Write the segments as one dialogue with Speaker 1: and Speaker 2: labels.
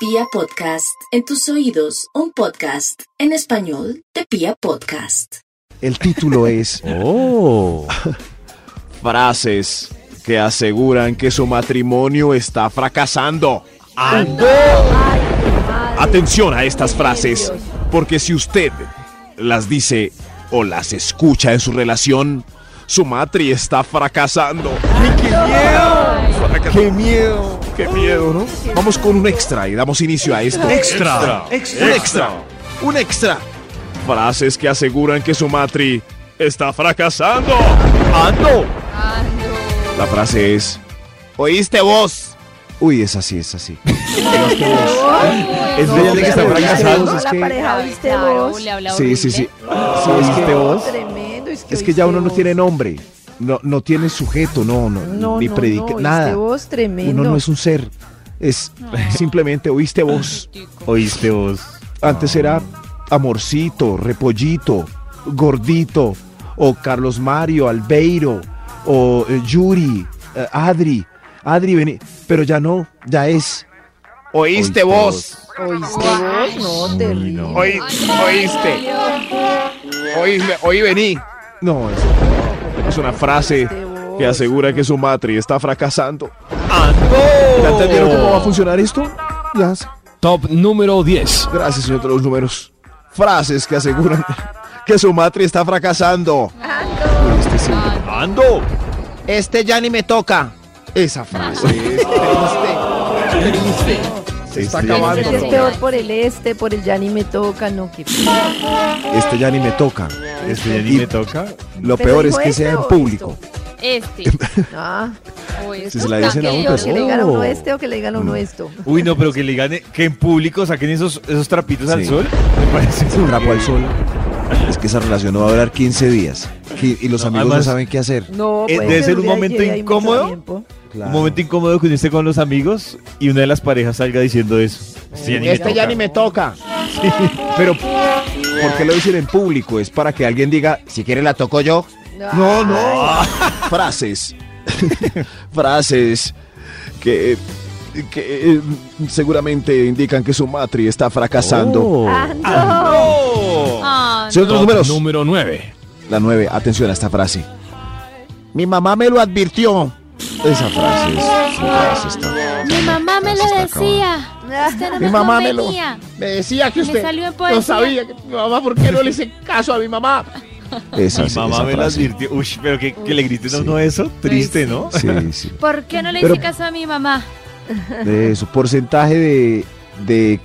Speaker 1: Pia Podcast, en tus oídos, un podcast en español de Pia Podcast.
Speaker 2: El título es
Speaker 3: Oh,
Speaker 2: Frases que aseguran que su matrimonio está fracasando. Atención a estas frases, porque si usted las dice o las escucha en su relación, su matri está fracasando. ¡Qué miedo! ¡Qué miedo! ¡Qué miedo, ¿no? Vamos con un extra y damos inicio a esto. ¡Extra! ¡Extra! ¡Un extra! ¡Un extra! Frases que aseguran que su matri está fracasando. ¡Ando! La frase es... ¿Oíste vos? Uy, es así, es así.
Speaker 3: es
Speaker 2: No,
Speaker 3: verdad
Speaker 2: pero
Speaker 3: que está
Speaker 2: ¿viste
Speaker 3: fracasando.
Speaker 2: vos?
Speaker 4: la pareja, ¿viste vos?
Speaker 2: Sí, sí, sí.
Speaker 3: es que-
Speaker 4: Tremendo, es que,
Speaker 2: Es que ya
Speaker 4: ¿oíste
Speaker 2: uno no
Speaker 4: vos?
Speaker 2: tiene nombre, no, no tiene sujeto, no, no,
Speaker 4: No,
Speaker 2: ni
Speaker 4: no,
Speaker 2: predica,
Speaker 4: no,
Speaker 2: nada.
Speaker 4: ¿oíste vos? Tremendo.
Speaker 2: Uno no es un ser, es simplemente oíste vos.
Speaker 3: Oíste vos.
Speaker 2: Antes era amorcito, repollito, gordito, o Carlos Mario, Albeiro, o eh, Yuri, eh, Adri, Adri, vení, pero ya no, ya es.
Speaker 3: Oíste vos.
Speaker 4: ¿Oíste vos? No, terrible.
Speaker 3: Oí- oíste. Oíste, oí vení.
Speaker 2: No, es, es una frase que asegura que su matri está fracasando. ¿Ya entendieron cómo va a funcionar esto? Ya sé.
Speaker 5: Top número 10.
Speaker 2: Gracias, señor de los números. Frases que aseguran que su matri está fracasando. Uy, Este siempre. ¡Ando! Este ya ni me toca. Esa frase es triste. Se está
Speaker 3: Triste.
Speaker 2: acabando.
Speaker 4: Este es peor por el este, por el ya ni me toca, no, que...
Speaker 2: Este ya ni me toca.
Speaker 3: Este ya ni
Speaker 2: Y
Speaker 3: me toca.
Speaker 2: Lo
Speaker 4: ¿Pero
Speaker 2: peor es
Speaker 4: dijo
Speaker 2: que
Speaker 4: este
Speaker 2: sea en
Speaker 4: o
Speaker 2: público.
Speaker 6: Este.
Speaker 4: Ah,
Speaker 6: o este.
Speaker 2: Si se la dicen a uno, pues-
Speaker 4: que le digan a
Speaker 3: Oh.
Speaker 4: uno este o que le digan a uno esto.
Speaker 3: Uy, no, pero que le gane, que en público saquen esos, esos trapitos al
Speaker 2: Sí.
Speaker 3: sol. Me parece
Speaker 2: Un trapo al sol. Es que esa relación no va a durar 15 días. Y, y los
Speaker 3: No,
Speaker 2: amigos no
Speaker 3: además-
Speaker 2: saben qué hacer.
Speaker 4: No,
Speaker 3: Eh,
Speaker 4: pues,
Speaker 3: debe ser
Speaker 4: pero
Speaker 3: un
Speaker 4: ya
Speaker 3: momento
Speaker 4: lleve ahí mucho
Speaker 3: incómodo.
Speaker 4: tiempo.
Speaker 3: Un momento incómodo que uno esté con los amigos y una de las parejas salga diciendo eso. Este ya ni me toca.
Speaker 2: me toca. Pero, ¿por qué lo dicen en público? Es para que alguien diga, si quiere la toco yo. No, no. Frases. Frases que, que eh, seguramente indican que su matri está fracasando.
Speaker 4: Ah, no.
Speaker 3: ¡Oh!
Speaker 6: Ah,
Speaker 2: Señor de los
Speaker 5: Top
Speaker 2: números.
Speaker 5: número 9.
Speaker 2: La 9, atención a esta frase. Mi mamá me lo advirtió. Esa frase es. esa frase está-
Speaker 6: Mi mamá me
Speaker 2: se
Speaker 6: lo
Speaker 2: está
Speaker 6: decía.
Speaker 3: Ah.
Speaker 6: Usted no
Speaker 2: Mi
Speaker 6: me
Speaker 2: mamá me lo.
Speaker 6: convenía.
Speaker 2: Me decía que
Speaker 6: Me salió en poesía.
Speaker 2: que mi mamá, ¿por qué no le hice caso a mi mamá? Esa,
Speaker 3: Mi
Speaker 2: sí,
Speaker 3: mamá
Speaker 2: esa
Speaker 3: me lo
Speaker 2: frase.
Speaker 3: advirtió. Uy, pero que, que le griten a
Speaker 2: Sí.
Speaker 3: uno eso. Triste, ¿no?
Speaker 2: Sí, sí.
Speaker 6: ¿Por qué no le
Speaker 2: Pero-
Speaker 6: hice caso a mi mamá?
Speaker 2: De su porcentaje de, de,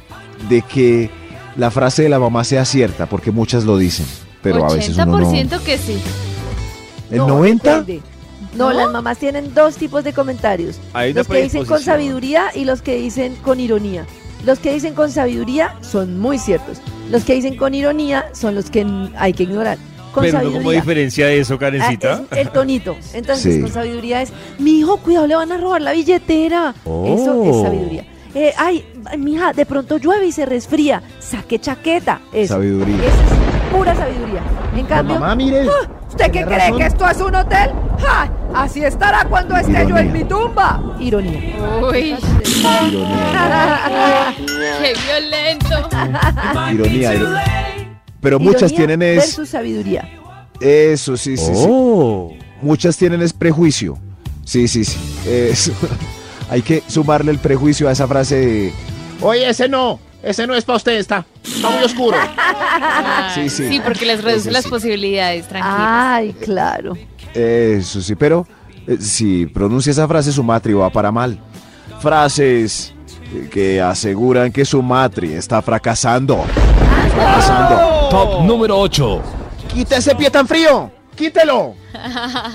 Speaker 2: de que la frase de la mamá sea cierta, porque muchas lo dicen, pero a veces uno no.
Speaker 6: 80% que sí.
Speaker 2: ¿El
Speaker 4: No,
Speaker 2: 90?
Speaker 4: depende. No,
Speaker 6: ¿No?
Speaker 4: las mamás tienen dos tipos de comentarios.
Speaker 3: Hay una
Speaker 4: Los que dicen con
Speaker 3: predisposición.
Speaker 4: sabiduría y los que dicen con ironía. Los que dicen con sabiduría son muy ciertos. Los que dicen con ironía son los que n- hay que ignorar. Con
Speaker 3: Pero no como
Speaker 4: sabiduría.
Speaker 3: diferencia de eso,
Speaker 4: ah,
Speaker 3: Karencita.
Speaker 4: es el tonito. Entonces,
Speaker 2: Sí.
Speaker 4: con sabiduría es, mi hijo, cuidado, le van a robar la billetera. Eso es
Speaker 3: Oh.
Speaker 4: sabiduría. Eh, ay, mija, de pronto llueve y se resfría. Saque chaqueta. Eso.
Speaker 2: Sabiduría.
Speaker 4: Esa es pura sabiduría. En cambio,
Speaker 2: mire.
Speaker 4: ¿Usted qué cree que esto es un hotel? ¡Ja! Así estará cuando esté yo en
Speaker 2: Ironía.
Speaker 4: mi tumba. Ironía.
Speaker 6: Uy,
Speaker 4: Ah.
Speaker 6: qué violento.
Speaker 2: Ironía. ironía. Pero muchas
Speaker 4: Ironía
Speaker 2: tienen es.
Speaker 4: versus sabiduría.
Speaker 2: Eso, sí, sí, sí.
Speaker 3: Oh.
Speaker 2: Muchas tienen es prejuicio. Sí, sí, sí. Eso. Hay que sumarle el prejuicio a esa frase de.
Speaker 7: Oye, ese no, ese no es para usted, está, está muy oscuro.
Speaker 2: Sí, sí.
Speaker 6: Sí, porque les reduce
Speaker 2: Ese
Speaker 6: las
Speaker 2: sí.
Speaker 6: posibilidades, tranquilo.
Speaker 4: Ay, claro.
Speaker 2: Eso sí, pero eh, si pronuncia esa frase, su matri va para mal. Frases eh, que aseguran que su matri está fracasando. Fracasando.
Speaker 4: Ah,
Speaker 5: Top número 8.
Speaker 7: Quita ese pie tan frío, quítelo.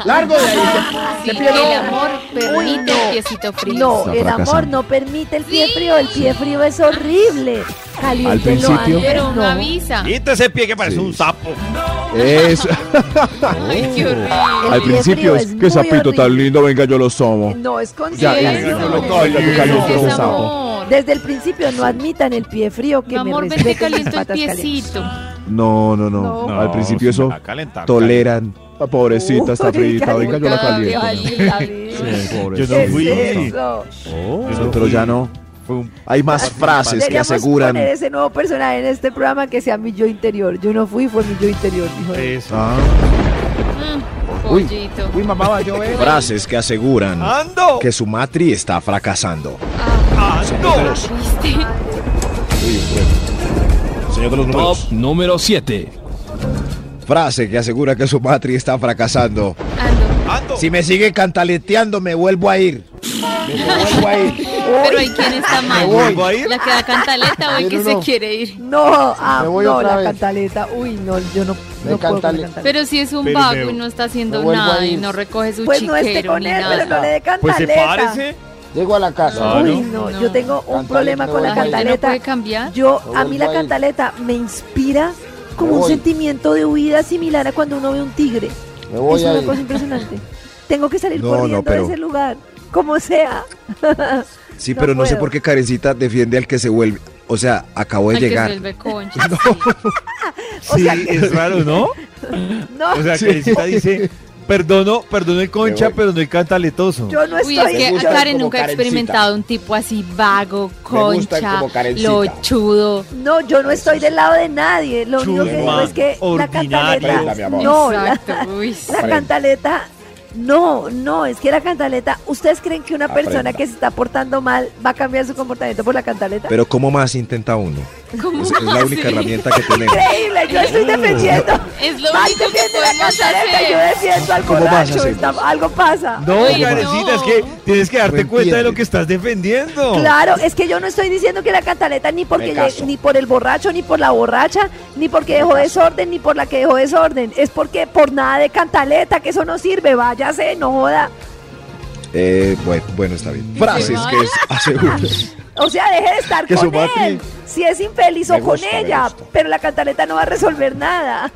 Speaker 7: Largo de ahí.
Speaker 2: Ah,
Speaker 6: Sí,
Speaker 7: se pierde.
Speaker 6: el amor permite
Speaker 4: no.
Speaker 6: el piecito frío.
Speaker 4: No,
Speaker 2: Está
Speaker 4: el amor
Speaker 2: fracasando.
Speaker 4: no permite el pie frío. El pie frío es horrible.
Speaker 2: Al
Speaker 4: Caliéntelo
Speaker 2: principio.
Speaker 4: antes,
Speaker 6: Pero uno
Speaker 4: no.
Speaker 6: avisa.
Speaker 3: Quita ese pie que parece
Speaker 2: Sí.
Speaker 3: un sapo.
Speaker 2: Eso.
Speaker 6: Ay, qué horrible.
Speaker 2: Al
Speaker 4: pie
Speaker 2: principio
Speaker 4: frío
Speaker 2: es
Speaker 4: es
Speaker 2: que
Speaker 4: muy
Speaker 2: sapito tan
Speaker 4: horrible".
Speaker 2: lindo, venga yo lo somo.
Speaker 4: No, es
Speaker 2: Ya,
Speaker 6: eh,
Speaker 2: ya, ya, yo lo
Speaker 4: consideración.
Speaker 2: cojo, ya, ya, yo
Speaker 6: Ese
Speaker 2: lo
Speaker 6: es
Speaker 2: somo.
Speaker 6: amor.
Speaker 4: Desde el principio no admitan el pie frío que
Speaker 6: Mi amor,
Speaker 4: me
Speaker 6: vete
Speaker 4: respeten mis
Speaker 6: caliento el
Speaker 4: patas calientes.
Speaker 6: piecito.
Speaker 2: No, no, no.
Speaker 3: No,
Speaker 2: Al principio
Speaker 3: se me
Speaker 2: eso
Speaker 3: va a calentar,
Speaker 2: toleran. La Ah, pobrecita está
Speaker 4: Uy,
Speaker 2: frita, venga yo la
Speaker 6: Ay,
Speaker 2: caliento.
Speaker 6: David.
Speaker 3: Yo
Speaker 4: ¿Qué
Speaker 3: no
Speaker 4: es
Speaker 3: fui.
Speaker 4: eso?
Speaker 3: Yo no
Speaker 2: Pero
Speaker 3: fui.
Speaker 2: ya no.
Speaker 3: Fue un-
Speaker 2: Hay más frases que
Speaker 4: Deberíamos
Speaker 2: aseguran.
Speaker 4: poner ese nuevo personaje en este programa que sea mi yo interior. Yo no fui, fue mi yo interior. dijo él.
Speaker 3: Eso.
Speaker 2: Ah,
Speaker 6: Mm,
Speaker 7: Uy.
Speaker 6: pollito.
Speaker 7: Uy, mamá, va a llover.
Speaker 2: frases que aseguran
Speaker 3: ¡Ando!
Speaker 2: que su matri está fracasando.
Speaker 3: ¡Ando!
Speaker 6: ¿Viste?
Speaker 2: Señor de los
Speaker 5: Top
Speaker 2: números.
Speaker 5: número 7.
Speaker 2: Frase que asegura que su matri está fracasando.
Speaker 6: Ando.
Speaker 3: ¡Ando!
Speaker 2: Si me sigue cantaleteando, me vuelvo a ir. Me vuelvo a ir.
Speaker 6: Pero hay quien está mal.
Speaker 3: vuelvo a ir?
Speaker 6: La que da cantaleta o el
Speaker 7: Pero
Speaker 6: que
Speaker 7: no.
Speaker 6: se quiere ir.
Speaker 4: No, ah,
Speaker 7: Me voy
Speaker 4: no,
Speaker 7: otra
Speaker 4: la
Speaker 7: vez.
Speaker 4: cantaleta. Uy, no, yo no,
Speaker 7: Me
Speaker 4: no puedo con la
Speaker 7: cantale-
Speaker 4: cantaleta.
Speaker 6: Pero si es un
Speaker 3: Pero
Speaker 6: vago
Speaker 3: me-
Speaker 6: y no está
Speaker 7: me
Speaker 6: haciendo
Speaker 7: vuelvo a
Speaker 6: nada y
Speaker 7: ir.
Speaker 6: no recoge su
Speaker 4: Pues no
Speaker 6: chiquero
Speaker 4: esté con
Speaker 6: ni
Speaker 4: él,
Speaker 6: nada.
Speaker 4: pero no le dé
Speaker 3: Pues se
Speaker 4: cantaleta.
Speaker 3: párese.
Speaker 7: Llego a la casa.
Speaker 3: Claro.
Speaker 4: Uy, no,
Speaker 6: No.
Speaker 4: yo tengo un
Speaker 7: Cantaleta,
Speaker 4: problema con la
Speaker 6: la gente no
Speaker 4: cantaleta.
Speaker 6: puede cambiar.
Speaker 4: Yo,
Speaker 7: Me
Speaker 4: a mí la
Speaker 7: vuelvo a ir.
Speaker 4: cantaleta me inspira como
Speaker 7: Me
Speaker 4: un
Speaker 7: voy.
Speaker 4: sentimiento de huida similar a cuando uno ve un tigre.
Speaker 7: Me voy
Speaker 4: es
Speaker 7: a
Speaker 4: una
Speaker 7: ir.
Speaker 4: cosa impresionante. Tengo que salir
Speaker 2: No, no,
Speaker 4: corriendo
Speaker 2: pero-
Speaker 4: de ese lugar, como sea.
Speaker 2: Sí,
Speaker 4: No
Speaker 2: pero no sé
Speaker 4: puedo.
Speaker 2: por qué Karencita defiende al que se vuelve. O sea, acabo de
Speaker 6: Al que
Speaker 2: llegar.
Speaker 6: se vuelve concha, sí.
Speaker 4: O
Speaker 3: Sí,
Speaker 4: sea que-
Speaker 3: es raro, ¿no?
Speaker 4: No,
Speaker 3: O sea, Karencita dice, perdono, perdono el concha,
Speaker 7: Me voy.
Speaker 3: pero no el cantaletoso.
Speaker 4: yo no estoy.
Speaker 6: Uy, es que
Speaker 7: Me
Speaker 4: yo-
Speaker 7: gusta
Speaker 6: Karen
Speaker 7: como
Speaker 6: nunca ha
Speaker 7: Karencita.
Speaker 6: experimentado un tipo así vago, concha,
Speaker 7: como Karencita.
Speaker 6: lochudo.
Speaker 4: no, yo no estoy del lado de nadie. Lo único que digo
Speaker 3: Chusma,
Speaker 4: es que la
Speaker 3: ordinaria.
Speaker 4: cantaleta.
Speaker 7: Prenda, mi amor.
Speaker 4: No, la,
Speaker 6: Exacto, uy, sí.
Speaker 4: la
Speaker 7: Prenda.
Speaker 4: cantaleta. No, no, es que la cantaleta. ¿Ustedes creen que una persona
Speaker 7: Aprenda.
Speaker 4: que se está portando mal va a cambiar su comportamiento por la cantaleta?
Speaker 2: Pero ¿cómo más intenta uno?
Speaker 6: ¿Cómo
Speaker 2: Es, es la única
Speaker 6: así?
Speaker 2: herramienta que tenemos.
Speaker 4: Increíble, yo estoy defendiendo.
Speaker 6: Es lo
Speaker 4: Ay,
Speaker 6: único que
Speaker 4: defiende la
Speaker 6: podemos
Speaker 4: cantaleta, yo
Speaker 6: hacer.
Speaker 4: defiendo al
Speaker 2: ¿Cómo vas a
Speaker 4: borracho.
Speaker 2: hacer
Speaker 4: está-
Speaker 2: eso?
Speaker 4: algo pasa.
Speaker 3: No,
Speaker 6: Ay, no.
Speaker 3: Karencita, es que tienes que darte
Speaker 2: No
Speaker 3: cuenta de lo
Speaker 2: entiende.
Speaker 3: que estás defendiendo.
Speaker 4: Claro, es que yo no estoy diciendo que la cantaleta ni porque
Speaker 7: Me
Speaker 4: lle-
Speaker 7: caso.
Speaker 4: ni por el borracho, ni por la borracha, ni porque dejó desorden, ni por la que dejó desorden. Es porque por nada de cantaleta, que eso no sirve, váyase, no joda.
Speaker 2: Eh, bueno, bueno, está bien. Frases que es- aseguran.
Speaker 4: O sea, deje de estar
Speaker 2: Que su
Speaker 4: con
Speaker 2: madre-
Speaker 4: él. Si es infeliz
Speaker 7: Me
Speaker 4: o con
Speaker 7: gusta, me
Speaker 4: ella,
Speaker 7: gusta.
Speaker 4: pero la cantaleta no va a resolver nada.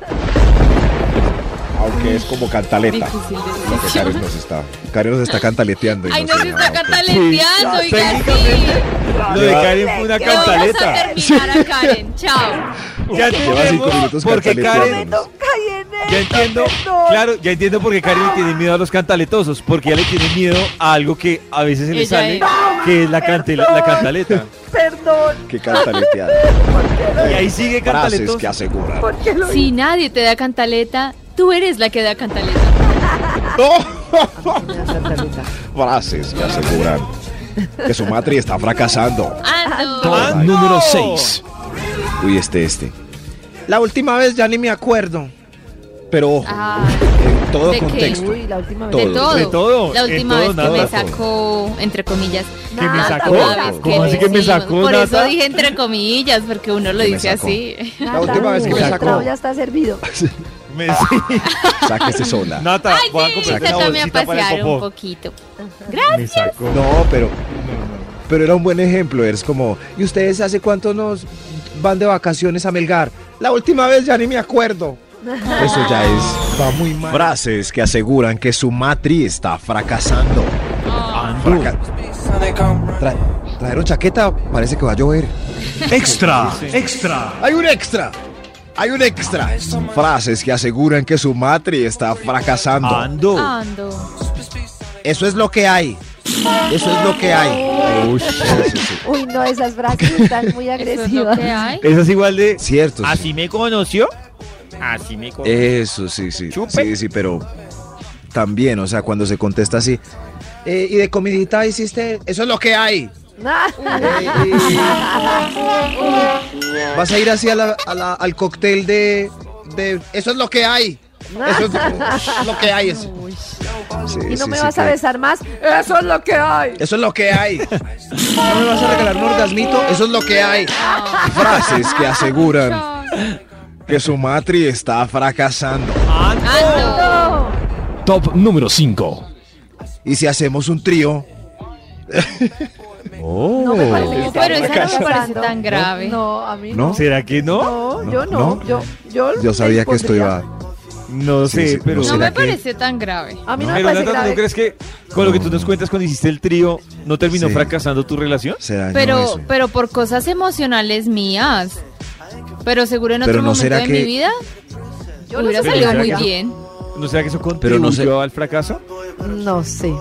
Speaker 2: Aunque es como cantaleta.
Speaker 6: Difícil
Speaker 2: Lo que
Speaker 6: decisión.
Speaker 2: Karen nos está. Karen nos está cantaleteando. y
Speaker 6: Ay,
Speaker 2: no
Speaker 6: no
Speaker 2: sé
Speaker 6: se
Speaker 2: nada,
Speaker 6: está
Speaker 2: ok.
Speaker 6: cataleteando,
Speaker 4: Sí,
Speaker 6: oiga,
Speaker 3: técnicamente,
Speaker 6: sí.
Speaker 3: Lo de Karen
Speaker 4: Le
Speaker 3: fue una
Speaker 6: Le vamos a
Speaker 3: cantaleta.
Speaker 6: terminar a Karen, chao.
Speaker 3: Ya
Speaker 2: Lleva cinco
Speaker 3: entendemos
Speaker 2: minutos
Speaker 3: porque Karen...
Speaker 2: cantaleteando.
Speaker 4: No caí en él,
Speaker 3: Ya entiendo,
Speaker 4: perdón.
Speaker 3: claro, ya entiendo por qué Karen le tiene miedo a los cantaletosos, porque ya le tiene miedo a algo que a veces se le
Speaker 6: Ella
Speaker 3: sale,
Speaker 6: es-
Speaker 3: que es la, cante- la
Speaker 4: Perdón.
Speaker 3: cantaleta.
Speaker 4: Perdón,
Speaker 2: Que cantaleteando.
Speaker 3: Y ahí
Speaker 2: Frases
Speaker 3: sigue
Speaker 2: que
Speaker 3: cantaletoso.
Speaker 2: aseguran.
Speaker 4: ¿por qué lo hice?
Speaker 6: Si nadie te da cantaleta, tú eres la que da cantaleta.
Speaker 2: Frases que aseguran que su matri está fracasando.
Speaker 6: Ando.
Speaker 5: Top
Speaker 4: Ah,
Speaker 2: Ay.
Speaker 5: número 6.
Speaker 2: Uy, este, este. La última vez ya ni me acuerdo. Pero ojo,
Speaker 6: Ah,
Speaker 2: en todo
Speaker 6: ¿de qué?
Speaker 2: contexto.
Speaker 4: Uy, la última vez.
Speaker 2: Todo,
Speaker 6: de todo.
Speaker 3: de todo,
Speaker 6: La
Speaker 3: en
Speaker 6: última
Speaker 3: todo,
Speaker 6: vez que
Speaker 3: nada,
Speaker 6: me
Speaker 3: todo.
Speaker 6: sacó, entre comillas. Ah,
Speaker 3: Que me
Speaker 4: Nada,
Speaker 3: sacó.
Speaker 6: sabes
Speaker 2: ¿Cómo
Speaker 6: le
Speaker 3: así que me
Speaker 6: decimos.
Speaker 3: sacó,
Speaker 6: Por eso
Speaker 3: Nata?
Speaker 6: dije entre comillas, porque uno lo
Speaker 2: Que me
Speaker 6: dice
Speaker 2: sacó.
Speaker 6: así.
Speaker 4: Nada,
Speaker 2: La última vez que
Speaker 4: el
Speaker 2: me
Speaker 4: trago
Speaker 2: sacó.
Speaker 4: ya está servido.
Speaker 3: Me- sí.
Speaker 7: este
Speaker 2: Sáquese sola.
Speaker 3: Nata, voy a
Speaker 6: Sí,
Speaker 3: comprar una
Speaker 6: sácame a
Speaker 3: bolsita para el
Speaker 6: pasear un
Speaker 3: popó.
Speaker 6: poquito.
Speaker 3: Me sacó.
Speaker 2: No, pero. Pero era un buen ejemplo. Es como, ¿y ustedes hace cuánto nos van de vacaciones a Melgar? La última vez ya ni me acuerdo. Eso ya es. Va muy mal. Frases que aseguran que su matri está fracasando. Fraca- Tra- trajeron chaqueta, parece que va a llover.
Speaker 5: Extra.
Speaker 2: Hay un extra. Hay un extra. Frases que aseguran que su matri está fracasando.
Speaker 3: Ah,
Speaker 4: Ah.
Speaker 3: Ando.
Speaker 6: Ando.
Speaker 2: Eso es lo que hay. Eso es lo que hay.
Speaker 4: Uy, no, esas frases están muy
Speaker 6: Eso es lo
Speaker 4: agresivas.
Speaker 6: que hay.
Speaker 2: Eh,
Speaker 3: Esa es igual de...
Speaker 2: Cierto. sí.
Speaker 3: me conoció. Así me conoció.
Speaker 2: Eso, sí, sí.
Speaker 3: Chupe.
Speaker 2: Sí, sí, pero también, o sea, cuando se contesta así. eh, y de comidita hiciste. Eso es lo que hay.
Speaker 4: Ah,
Speaker 2: Eh, y- Vas a ir así a la- a la- al cóctel de, de- Eso es lo que hay. Eso es lo que hay. eso.
Speaker 6: Uy,
Speaker 2: Sí,
Speaker 4: y no
Speaker 2: sí,
Speaker 4: me
Speaker 2: sí,
Speaker 4: vas a
Speaker 2: que-
Speaker 4: besar más. Eso es lo que hay.
Speaker 2: Eso es lo que hay. ¿No me vas a regalar un orgasmito? Eso es lo que hay. Frases que aseguran
Speaker 6: chao.
Speaker 2: que su matri está fracasando.
Speaker 6: Ando.
Speaker 4: No.
Speaker 5: Top número 5.
Speaker 2: Y si hacemos un trío,
Speaker 4: No me parece que
Speaker 6: Pero esa no
Speaker 4: esté
Speaker 6: me parece
Speaker 4: fracasando.
Speaker 6: tan grave.
Speaker 4: No, a mí
Speaker 2: ¿no?
Speaker 4: no.
Speaker 3: ¿Será que no?
Speaker 4: No, yo no.
Speaker 2: ¿No?
Speaker 4: Yo, yo,
Speaker 2: Yo sabía que esto
Speaker 4: estoy
Speaker 2: iba.
Speaker 3: No
Speaker 2: Sí,
Speaker 3: sé,
Speaker 2: sí,
Speaker 3: pero...
Speaker 2: no
Speaker 6: No
Speaker 2: ¿Será
Speaker 6: me
Speaker 2: que-
Speaker 6: parece tan grave.
Speaker 4: A mí no me
Speaker 3: Pero
Speaker 4: parece
Speaker 3: Nata, ¿tú
Speaker 4: grave.
Speaker 3: crees que con lo que tú nos cuentas cuando hiciste el trío, no terminó
Speaker 2: Sí.
Speaker 3: fracasando tu relación?
Speaker 2: Se dañó
Speaker 6: Pero,
Speaker 2: eso.
Speaker 6: pero por cosas emocionales mías. Pero seguro en
Speaker 2: Pero
Speaker 6: otro
Speaker 2: no
Speaker 6: momento
Speaker 2: será
Speaker 6: de
Speaker 2: que-
Speaker 6: mi vida
Speaker 4: Yo no
Speaker 6: hubiera
Speaker 4: sé
Speaker 6: salido
Speaker 4: si
Speaker 6: muy
Speaker 4: ya.
Speaker 6: bien.
Speaker 3: ¿No será que eso
Speaker 2: Pero
Speaker 3: contribuyó
Speaker 2: no sé-
Speaker 3: al fracaso?
Speaker 4: No sé.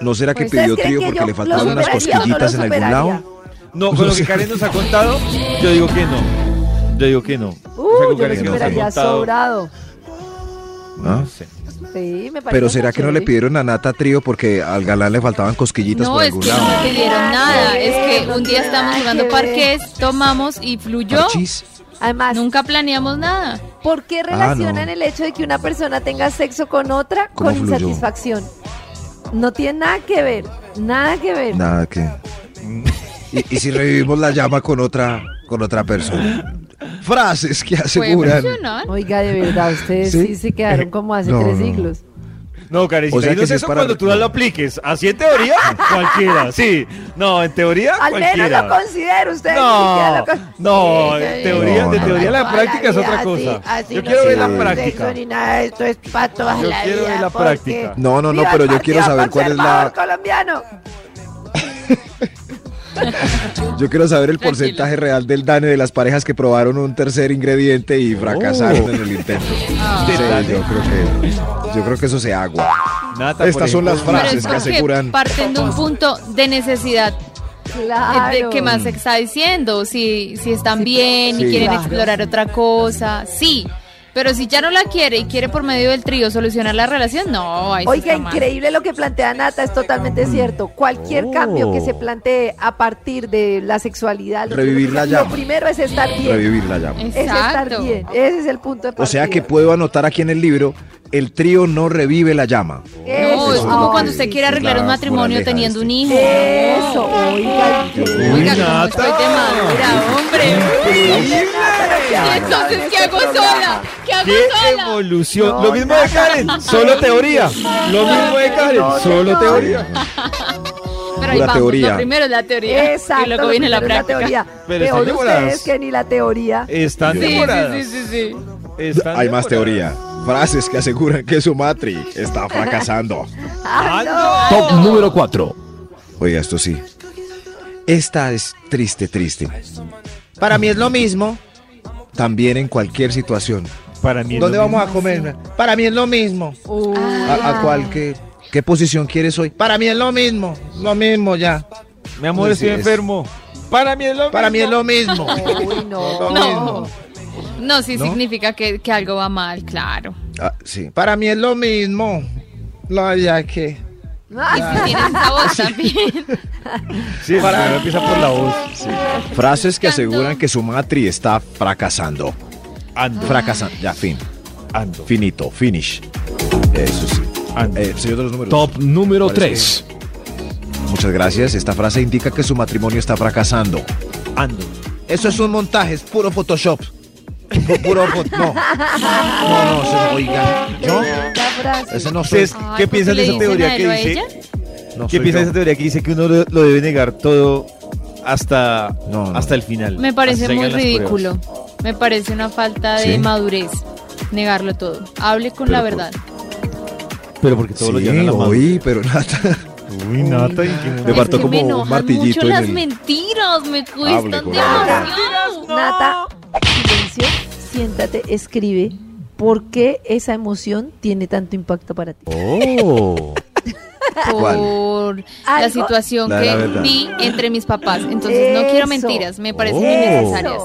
Speaker 2: ¿No será que
Speaker 4: ¿Ustedes
Speaker 2: pidió
Speaker 4: creen
Speaker 2: trío
Speaker 6: pues,
Speaker 4: que
Speaker 2: porque
Speaker 4: yo
Speaker 2: le
Speaker 4: lo
Speaker 2: faltaron unas
Speaker 4: superaría o no lo
Speaker 2: cosquillitas en algún
Speaker 4: superaría?
Speaker 2: lado?
Speaker 3: No, con lo que Karen nos ha contado, yo digo que no. Yo digo que no. O sea,
Speaker 4: Uh,
Speaker 3: con
Speaker 4: yo me
Speaker 3: Karen que nos ha
Speaker 4: superaría
Speaker 3: contado-
Speaker 4: sobrado.
Speaker 2: ¿Ah?
Speaker 4: Sí, me parece.
Speaker 2: Pero será que no le
Speaker 4: chévere.
Speaker 2: pidieron a Nata trío porque al galán le faltaban cosquillitas
Speaker 6: No,
Speaker 2: por
Speaker 6: es
Speaker 2: algún
Speaker 6: que
Speaker 2: lado.
Speaker 6: no me pidieron nada. Es que
Speaker 4: No
Speaker 6: un día
Speaker 4: tiene
Speaker 6: estamos
Speaker 4: nada
Speaker 6: jugando
Speaker 4: que ver.
Speaker 6: parques, tomamos y fluyó.
Speaker 2: Parchís.
Speaker 4: Además,
Speaker 6: Nunca planeamos nada.
Speaker 4: ¿por qué relacionan
Speaker 2: Ah, no.
Speaker 4: el hecho de que una persona tenga sexo con otra
Speaker 2: ¿Cómo
Speaker 4: con
Speaker 2: fluyó?
Speaker 4: insatisfacción? No tiene nada que ver. Nada que ver.
Speaker 2: Nada que. ¿Y, y si revivimos la llama con otra, con otra persona. Frases que
Speaker 6: Fue
Speaker 2: aseguran.
Speaker 6: emocional.
Speaker 4: Oiga, de verdad, ustedes
Speaker 2: ¿Sí? Eh,
Speaker 4: sí, se quedaron como hace
Speaker 2: No,
Speaker 4: tres
Speaker 2: no.
Speaker 4: siglos.
Speaker 3: No, Karencita,
Speaker 2: O sea
Speaker 3: y no
Speaker 2: que
Speaker 3: es
Speaker 2: si es
Speaker 3: eso
Speaker 2: para-
Speaker 3: cuando tú lo apliques. Así en teoría, cualquiera. Sí. No, en teoría,
Speaker 4: Al menos
Speaker 3: cualquiera.
Speaker 4: lo considero, ustedes ni siquiera
Speaker 3: No,
Speaker 4: lo con-
Speaker 3: no,
Speaker 4: Sí,
Speaker 3: de
Speaker 4: sí,
Speaker 3: teoría,
Speaker 2: No,
Speaker 3: de
Speaker 2: no.
Speaker 3: teoría la
Speaker 4: Toda
Speaker 3: práctica es
Speaker 4: vida
Speaker 3: otra
Speaker 4: así,
Speaker 3: cosa.
Speaker 4: así
Speaker 3: Yo
Speaker 4: no
Speaker 3: quiero
Speaker 4: se
Speaker 3: ver la
Speaker 4: hace
Speaker 3: práctica.
Speaker 4: sexo ni nada, esto es para toda
Speaker 3: Yo
Speaker 4: la
Speaker 3: quiero ver
Speaker 4: vida,
Speaker 3: la
Speaker 4: porque
Speaker 3: práctica.
Speaker 2: No, no, no,
Speaker 4: viva
Speaker 2: pero
Speaker 4: el
Speaker 2: yo quiero
Speaker 4: Partido
Speaker 2: saber cuál es la.
Speaker 4: Conservador colombiano.
Speaker 2: Yo quiero saber el
Speaker 6: Tranquilo.
Speaker 2: porcentaje real del DANE de las parejas que probaron un tercer ingrediente y fracasaron en el intento.
Speaker 6: Ah.
Speaker 2: Sí, yo creo que. Yo creo que eso se agua.
Speaker 3: Nata, por
Speaker 2: Estas son
Speaker 3: ejemplo,
Speaker 2: las
Speaker 3: es
Speaker 6: Pero
Speaker 2: frases
Speaker 6: es
Speaker 2: que
Speaker 6: porque
Speaker 2: aseguran.
Speaker 6: parten de un punto de necesidad eh,
Speaker 4: Claro.
Speaker 6: de que más se está diciendo, si, si están bien
Speaker 2: sí.
Speaker 6: y quieren
Speaker 4: Claro.
Speaker 6: explorar otra cosa, sí. Pero si ya no la quiere y quiere por medio del trío solucionar la relación, no, ahí sí
Speaker 4: Oiga,
Speaker 6: está mal.
Speaker 4: increíble lo que plantea Nata, es totalmente cierto. Cualquier
Speaker 3: Oh.
Speaker 4: cambio que se plantee a partir de la sexualidad, lo
Speaker 2: Revivir
Speaker 4: primero-
Speaker 2: la llama.
Speaker 4: Lo primero es estar bien.
Speaker 2: Revivir la llama.
Speaker 4: Es estar
Speaker 6: Exacto.
Speaker 4: bien. Ese es el punto de partida.
Speaker 2: O sea que puedo anotar aquí en el libro, el trío no revive la llama.
Speaker 6: No,
Speaker 4: Eso.
Speaker 6: es como
Speaker 2: Ay,
Speaker 6: cuando
Speaker 2: sí,
Speaker 6: usted quiere
Speaker 2: sí,
Speaker 6: arreglar
Speaker 2: la
Speaker 6: un matrimonio
Speaker 2: moraleja de
Speaker 6: teniendo
Speaker 2: este.
Speaker 6: un hijo.
Speaker 4: Eso, oiga,
Speaker 2: Uy,
Speaker 6: Oiga, como
Speaker 3: Nata.
Speaker 6: estoy de madura, hombre. ¿Y entonces qué hago sola? ¿Qué hago
Speaker 3: ¡Qué
Speaker 6: sola?
Speaker 3: evolución!
Speaker 4: No,
Speaker 3: lo mismo de Karen, solo teoría. Lo mismo de Karen, solo teoría.
Speaker 6: Pero ahí
Speaker 2: Pura
Speaker 6: vamos,
Speaker 2: teoría.
Speaker 6: lo primero es la teoría
Speaker 4: Exacto.
Speaker 6: y luego viene la
Speaker 4: primero es
Speaker 6: práctica.
Speaker 4: teoría.
Speaker 3: Pero
Speaker 4: Peor
Speaker 3: están
Speaker 4: ustedes
Speaker 3: demoradas.
Speaker 4: que ni la teoría.
Speaker 2: Eh,
Speaker 3: Están
Speaker 6: Sí,
Speaker 3: demoradas.
Speaker 6: sí, sí, sí, sí.
Speaker 3: están
Speaker 2: Hay más
Speaker 3: demoradas.
Speaker 2: teoría. Frases que aseguran que su matri está fracasando.
Speaker 4: Ah,
Speaker 3: Ah,
Speaker 8: Top número 4.
Speaker 2: Oiga, esto sí. Esta es triste, triste.
Speaker 9: Para mí es lo mismo.
Speaker 2: También en cualquier situación.
Speaker 3: Para mí es
Speaker 9: ¿Dónde
Speaker 3: lo
Speaker 9: vamos a comer? Para mí es lo mismo.
Speaker 4: Uh,
Speaker 2: ¿A, a cuál? ¿Qué, qué posición quieres hoy?
Speaker 9: Para mí es lo mismo. Lo mismo ya.
Speaker 3: mismo. Mi amor,
Speaker 2: Sí,
Speaker 3: estoy
Speaker 2: es.
Speaker 3: enfermo. Para mí es lo
Speaker 9: Para mí es
Speaker 3: mismo.
Speaker 9: lo mismo.
Speaker 4: Uy, no.
Speaker 6: No. No, sí
Speaker 2: ¿No?
Speaker 6: significa que, que algo va mal, claro.
Speaker 2: Ah, sí.
Speaker 9: Para mí es lo mismo. No, ya que.
Speaker 6: Y si tienes esa voz también.
Speaker 3: Sí, para mí empieza por la voz.
Speaker 2: Frases que aseguran que su matri está fracasando.
Speaker 4: Ah.
Speaker 3: Ando,
Speaker 2: Fracasando. Ya, fin.
Speaker 3: ando,
Speaker 2: Finito. Finish. Eso sí.
Speaker 3: ando.
Speaker 2: Eh, señor de los números.
Speaker 8: Top número
Speaker 2: ¿Cuál
Speaker 8: 3.
Speaker 2: es Muchas gracias. Esta frase indica que su matrimonio está fracasando.
Speaker 3: Ando.
Speaker 9: Eso es un montaje, es puro Photoshop.
Speaker 2: Pu- Puro fo- no. No, no, se- oiga. Yo,
Speaker 4: Esta frase.
Speaker 2: ese no soy.
Speaker 3: Ustedes,
Speaker 6: Ay,
Speaker 3: ¿Qué
Speaker 6: ¿por
Speaker 3: piensan
Speaker 6: le
Speaker 3: de esa
Speaker 6: dicen
Speaker 3: teoría
Speaker 6: a
Speaker 3: que
Speaker 6: él o a
Speaker 3: dice?
Speaker 6: ella?
Speaker 2: No
Speaker 3: ¿Qué
Speaker 2: soy
Speaker 3: piensa de
Speaker 2: yo.
Speaker 3: esa teoría que dice que uno lo, lo debe negar todo hasta,
Speaker 2: No, no.
Speaker 3: hasta el final?
Speaker 6: Me parece
Speaker 3: Hasta
Speaker 6: muy
Speaker 3: salgan las pruebas.
Speaker 6: ridículo. Me parece una falta de
Speaker 2: ¿Sí?
Speaker 6: madurez negarlo todo. Hable con la
Speaker 2: Pero,
Speaker 6: verdad.
Speaker 3: Pero porque todo lo
Speaker 2: Sí,
Speaker 3: llevan a la mano. Ah.
Speaker 2: oí, pero nada.
Speaker 3: Uy, Nata, ¿y qué?
Speaker 2: Me
Speaker 6: Es
Speaker 2: faltó
Speaker 6: que
Speaker 2: como
Speaker 6: me
Speaker 2: un
Speaker 6: enojan
Speaker 2: martillito
Speaker 6: mucho
Speaker 2: en
Speaker 6: las
Speaker 2: el-
Speaker 6: mentiras, me cuestan
Speaker 2: con
Speaker 4: la verdad.
Speaker 6: demasiado.
Speaker 4: Nata, silencio, siéntate, escribe. ¿Por qué esa emoción tiene tanto impacto para ti?
Speaker 3: Oh.
Speaker 2: ¿Cuál?
Speaker 6: por la
Speaker 4: Algo-
Speaker 6: situación
Speaker 2: La de la
Speaker 6: que
Speaker 2: verdad.
Speaker 6: vi entre mis papás. Entonces no
Speaker 4: Eso.
Speaker 6: quiero mentiras, me parecen
Speaker 3: Oh.
Speaker 6: innecesarias.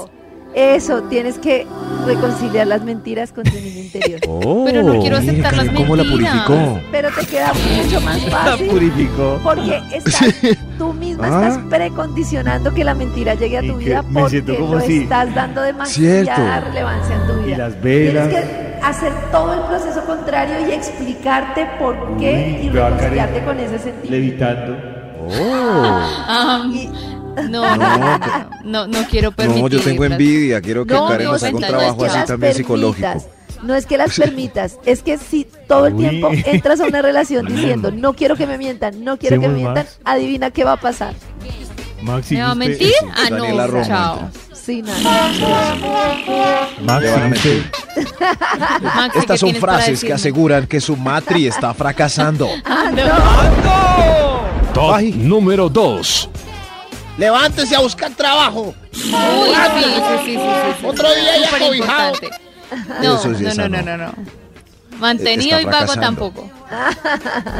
Speaker 4: Eso, tienes que reconciliar las mentiras con tu niño interior.
Speaker 3: Oh.
Speaker 6: Pero no quiero aceptar las
Speaker 2: ¿Cómo la
Speaker 6: mentiras.
Speaker 2: purificó?
Speaker 4: Pero te queda mucho más
Speaker 3: La
Speaker 4: fácil
Speaker 3: purificó.
Speaker 4: porque estás, tú misma
Speaker 2: Ah.
Speaker 4: estás precondicionando que la mentira llegue a
Speaker 3: Y
Speaker 4: tu
Speaker 3: que
Speaker 4: vida
Speaker 3: me
Speaker 4: porque
Speaker 3: siento como
Speaker 4: lo
Speaker 3: si-
Speaker 4: estás dando demasiada
Speaker 2: Cierto.
Speaker 4: relevancia en tu vida.
Speaker 3: Y las
Speaker 4: Tienes
Speaker 3: velas.
Speaker 4: que hacer todo el proceso contrario y explicarte por qué
Speaker 3: Uy,
Speaker 4: y
Speaker 3: vea,
Speaker 4: reconciliarte
Speaker 3: Karen.
Speaker 4: con ese sentido.
Speaker 3: Levitando.
Speaker 2: Oh.
Speaker 6: Ah,
Speaker 4: Y-
Speaker 6: no, no, no, no quiero permitir.
Speaker 2: No, yo tengo
Speaker 6: las-
Speaker 2: envidia. Quiero que
Speaker 6: No,
Speaker 2: Karen
Speaker 6: no,
Speaker 2: nos haga un
Speaker 6: cuenta,
Speaker 2: trabajo
Speaker 6: no, es que
Speaker 2: así
Speaker 4: las
Speaker 2: también
Speaker 4: permitas.
Speaker 2: psicológico.
Speaker 4: No es que las permitas, es que si todo el
Speaker 3: Uy.
Speaker 4: tiempo entras a una relación diciendo no quiero que me mientan, no quiero que me
Speaker 3: Seamos
Speaker 4: mientan,
Speaker 3: más.
Speaker 4: adivina qué va a pasar.
Speaker 3: Maxi.
Speaker 6: ¿Me va a
Speaker 3: usted-
Speaker 6: mentir? Ah,
Speaker 2: Daniela
Speaker 6: no,
Speaker 2: Romo,
Speaker 6: chao.
Speaker 4: Sí, nada.
Speaker 3: Maxi,
Speaker 2: Le van a
Speaker 3: usted-
Speaker 6: Maxi, ¿qué
Speaker 2: Estas son
Speaker 6: tienes para
Speaker 2: frases que
Speaker 6: decirme? Ah,
Speaker 2: aseguran que su matri está fracasando.
Speaker 8: Top
Speaker 2: Ay.
Speaker 8: número 2.
Speaker 9: Levántese a buscar trabajo.
Speaker 6: Uy, sí, sí, sí, sí, sí, sí.
Speaker 9: Otro día ya
Speaker 6: Súper
Speaker 9: cobijado.
Speaker 6: importante. No,
Speaker 2: Eso sí,
Speaker 6: no,
Speaker 2: esa
Speaker 6: no, no,
Speaker 2: no. Eh,
Speaker 6: no, no. Mantenido
Speaker 2: Está
Speaker 6: y pago
Speaker 2: fracasando.
Speaker 6: tampoco.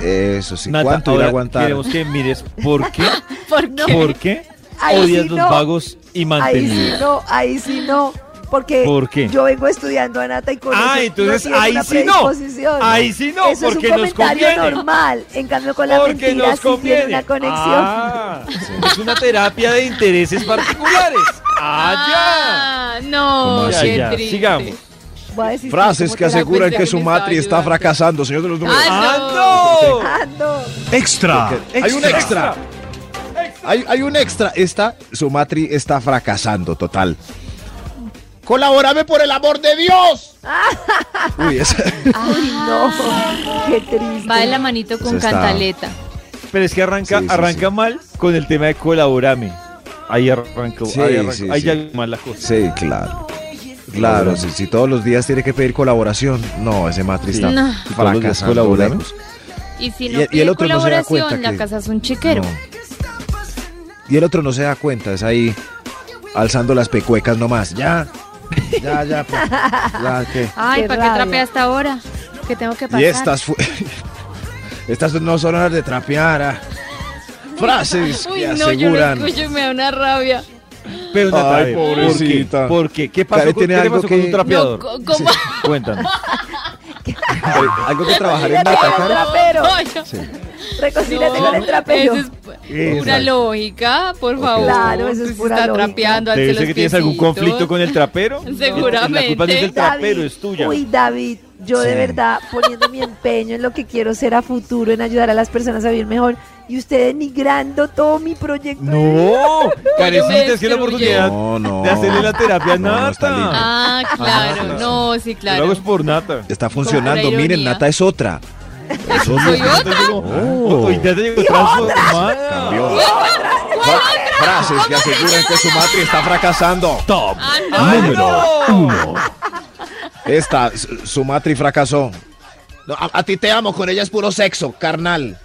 Speaker 2: Eso sí.
Speaker 3: Nata,
Speaker 2: ¿Cuánto irá
Speaker 3: ahora
Speaker 2: a aguantar?
Speaker 3: Queremos que mires por qué.
Speaker 6: ¿Por qué?
Speaker 3: ¿Por qué?
Speaker 4: ahí
Speaker 3: odias
Speaker 4: sí
Speaker 3: los
Speaker 4: no.
Speaker 3: vagos y
Speaker 4: Ahí
Speaker 3: mantenidos.
Speaker 4: sí no, ahí sí no. Porque
Speaker 3: ¿Por qué?
Speaker 4: yo vengo estudiando a Nata y con
Speaker 3: Ah,
Speaker 4: eso
Speaker 3: entonces
Speaker 4: tiene
Speaker 3: ahí
Speaker 4: una
Speaker 3: sí no.
Speaker 4: predisposición.
Speaker 3: Ahí sí no,
Speaker 4: Eso
Speaker 3: porque
Speaker 4: es un
Speaker 3: nos
Speaker 4: comentario
Speaker 3: conviene.
Speaker 4: normal. En cambio, con la mentira sí tiene una conexión.
Speaker 3: Ah, es una terapia de intereses particulares. Ah,
Speaker 6: Ah, no,
Speaker 3: ya. Ya,
Speaker 6: qué
Speaker 3: ya,
Speaker 6: triste.
Speaker 3: Sigamos.
Speaker 4: Voy a decir
Speaker 10: Frases que
Speaker 4: cómo te la
Speaker 10: aseguran
Speaker 6: cuenta
Speaker 10: que
Speaker 6: que
Speaker 10: su
Speaker 6: me estaba
Speaker 10: matri está
Speaker 6: ayudando.
Speaker 10: fracasando, señor de los números.
Speaker 6: Ah,
Speaker 3: ¡Ah, no!
Speaker 4: Ah, no.
Speaker 10: Porque Hay un extra. Hay, hay un extra. Esta, su matri está fracasando total.
Speaker 11: ¡Colabórame por el amor de Dios!
Speaker 10: Uy, esa-
Speaker 4: Uy, no. Qué triste.
Speaker 6: Va de la manito con
Speaker 10: Eso está-
Speaker 6: cantaleta.
Speaker 3: Pero es que arranca,
Speaker 10: Sí, sí,
Speaker 3: arranca mal con el tema de colaborame. Ahí arrancó.
Speaker 2: Sí,
Speaker 3: ahí arrancó,
Speaker 2: sí,
Speaker 3: ahí
Speaker 2: sí.
Speaker 3: ya mal la cosa.
Speaker 2: Sí, claro. Claro, si, si todos los días tiene que pedir colaboración, no, ese matri está
Speaker 6: No.
Speaker 3: Todos los días
Speaker 2: fracasando.
Speaker 3: colaborar.
Speaker 2: lejos.
Speaker 6: Y si
Speaker 2: Y-
Speaker 6: no
Speaker 2: y el
Speaker 6: pide
Speaker 2: otro no se da
Speaker 6: colaboración,
Speaker 2: cuenta
Speaker 6: la
Speaker 2: que-
Speaker 6: casa es un chiquero.
Speaker 2: No. Y el otro no se da cuenta, es ahí alzando las pecuecas nomás. Ya, ya, ya. pues, ya, ¿qué?
Speaker 6: Ay,
Speaker 4: Qué
Speaker 6: ¿para qué
Speaker 4: rabia.
Speaker 6: trapea hasta ahora? ¿Qué tengo que pasar?
Speaker 2: Y estas fue- estas no son horas de trapear. ah. Frases
Speaker 6: Uy,
Speaker 2: que
Speaker 6: no, yo lo
Speaker 2: aseguran.
Speaker 6: escucho y me da una rabia.
Speaker 3: Pero Nata,
Speaker 10: Ay,
Speaker 3: a ver, ¿por qué?
Speaker 10: pobrecita.
Speaker 3: ¿Por qué? ¿Qué pasó,
Speaker 2: Karen
Speaker 3: con,
Speaker 2: tiene
Speaker 3: ¿qué le
Speaker 2: algo
Speaker 3: pasó con
Speaker 2: que-
Speaker 3: un
Speaker 6: No,
Speaker 3: trapeador?
Speaker 6: co- ¿cómo?
Speaker 3: Cuéntanos.
Speaker 2: Pero Algo que trabajar en Nata,
Speaker 4: Reconcíliate con el
Speaker 2: Karen.
Speaker 4: trapero.
Speaker 6: No, yo-
Speaker 4: Reconcíliate
Speaker 6: no,
Speaker 4: con el trapero.
Speaker 6: Eso es pura lógica, por favor.
Speaker 4: Claro, eso es
Speaker 6: Pues
Speaker 4: pura
Speaker 6: está
Speaker 4: lógica.
Speaker 6: trapeando,
Speaker 3: ¿Te
Speaker 6: alce
Speaker 3: dice
Speaker 6: los
Speaker 3: que tienes algún
Speaker 6: piecitos.
Speaker 3: conflicto con el trapero? La culpa no es del
Speaker 6: Seguramente.
Speaker 3: trapero, es tuya.
Speaker 4: Uy, David, yo de
Speaker 2: Sí.
Speaker 4: verdad poniendo mi empeño en lo que quiero ser a futuro, en ayudar a las personas a vivir mejor, y usted denigrando todo mi proyecto. de vida.
Speaker 3: No, Karencita, es que
Speaker 6: destruye.
Speaker 3: la oportunidad
Speaker 2: No, no.
Speaker 3: de hacerle la terapia a
Speaker 2: No, no está
Speaker 3: Nata.
Speaker 2: lindo.
Speaker 6: Ah, claro. No, sí,
Speaker 3: Yo Lo hago es
Speaker 6: claro.
Speaker 3: por Nata.
Speaker 2: Está funcionando.
Speaker 6: Con la
Speaker 2: Miren,
Speaker 6: ironía.
Speaker 2: Nata es otra.
Speaker 6: ¿Soy otra?
Speaker 3: Oh, y Nata llegó transformada.
Speaker 2: Cambió. Fra- Frases que aseguran que su matri está fracasando.
Speaker 12: Top
Speaker 6: Ah, no.
Speaker 12: número uno.
Speaker 2: Esta, su su matri fracasó.
Speaker 11: No, a, a ti te amo, con ella es puro sexo, carnal.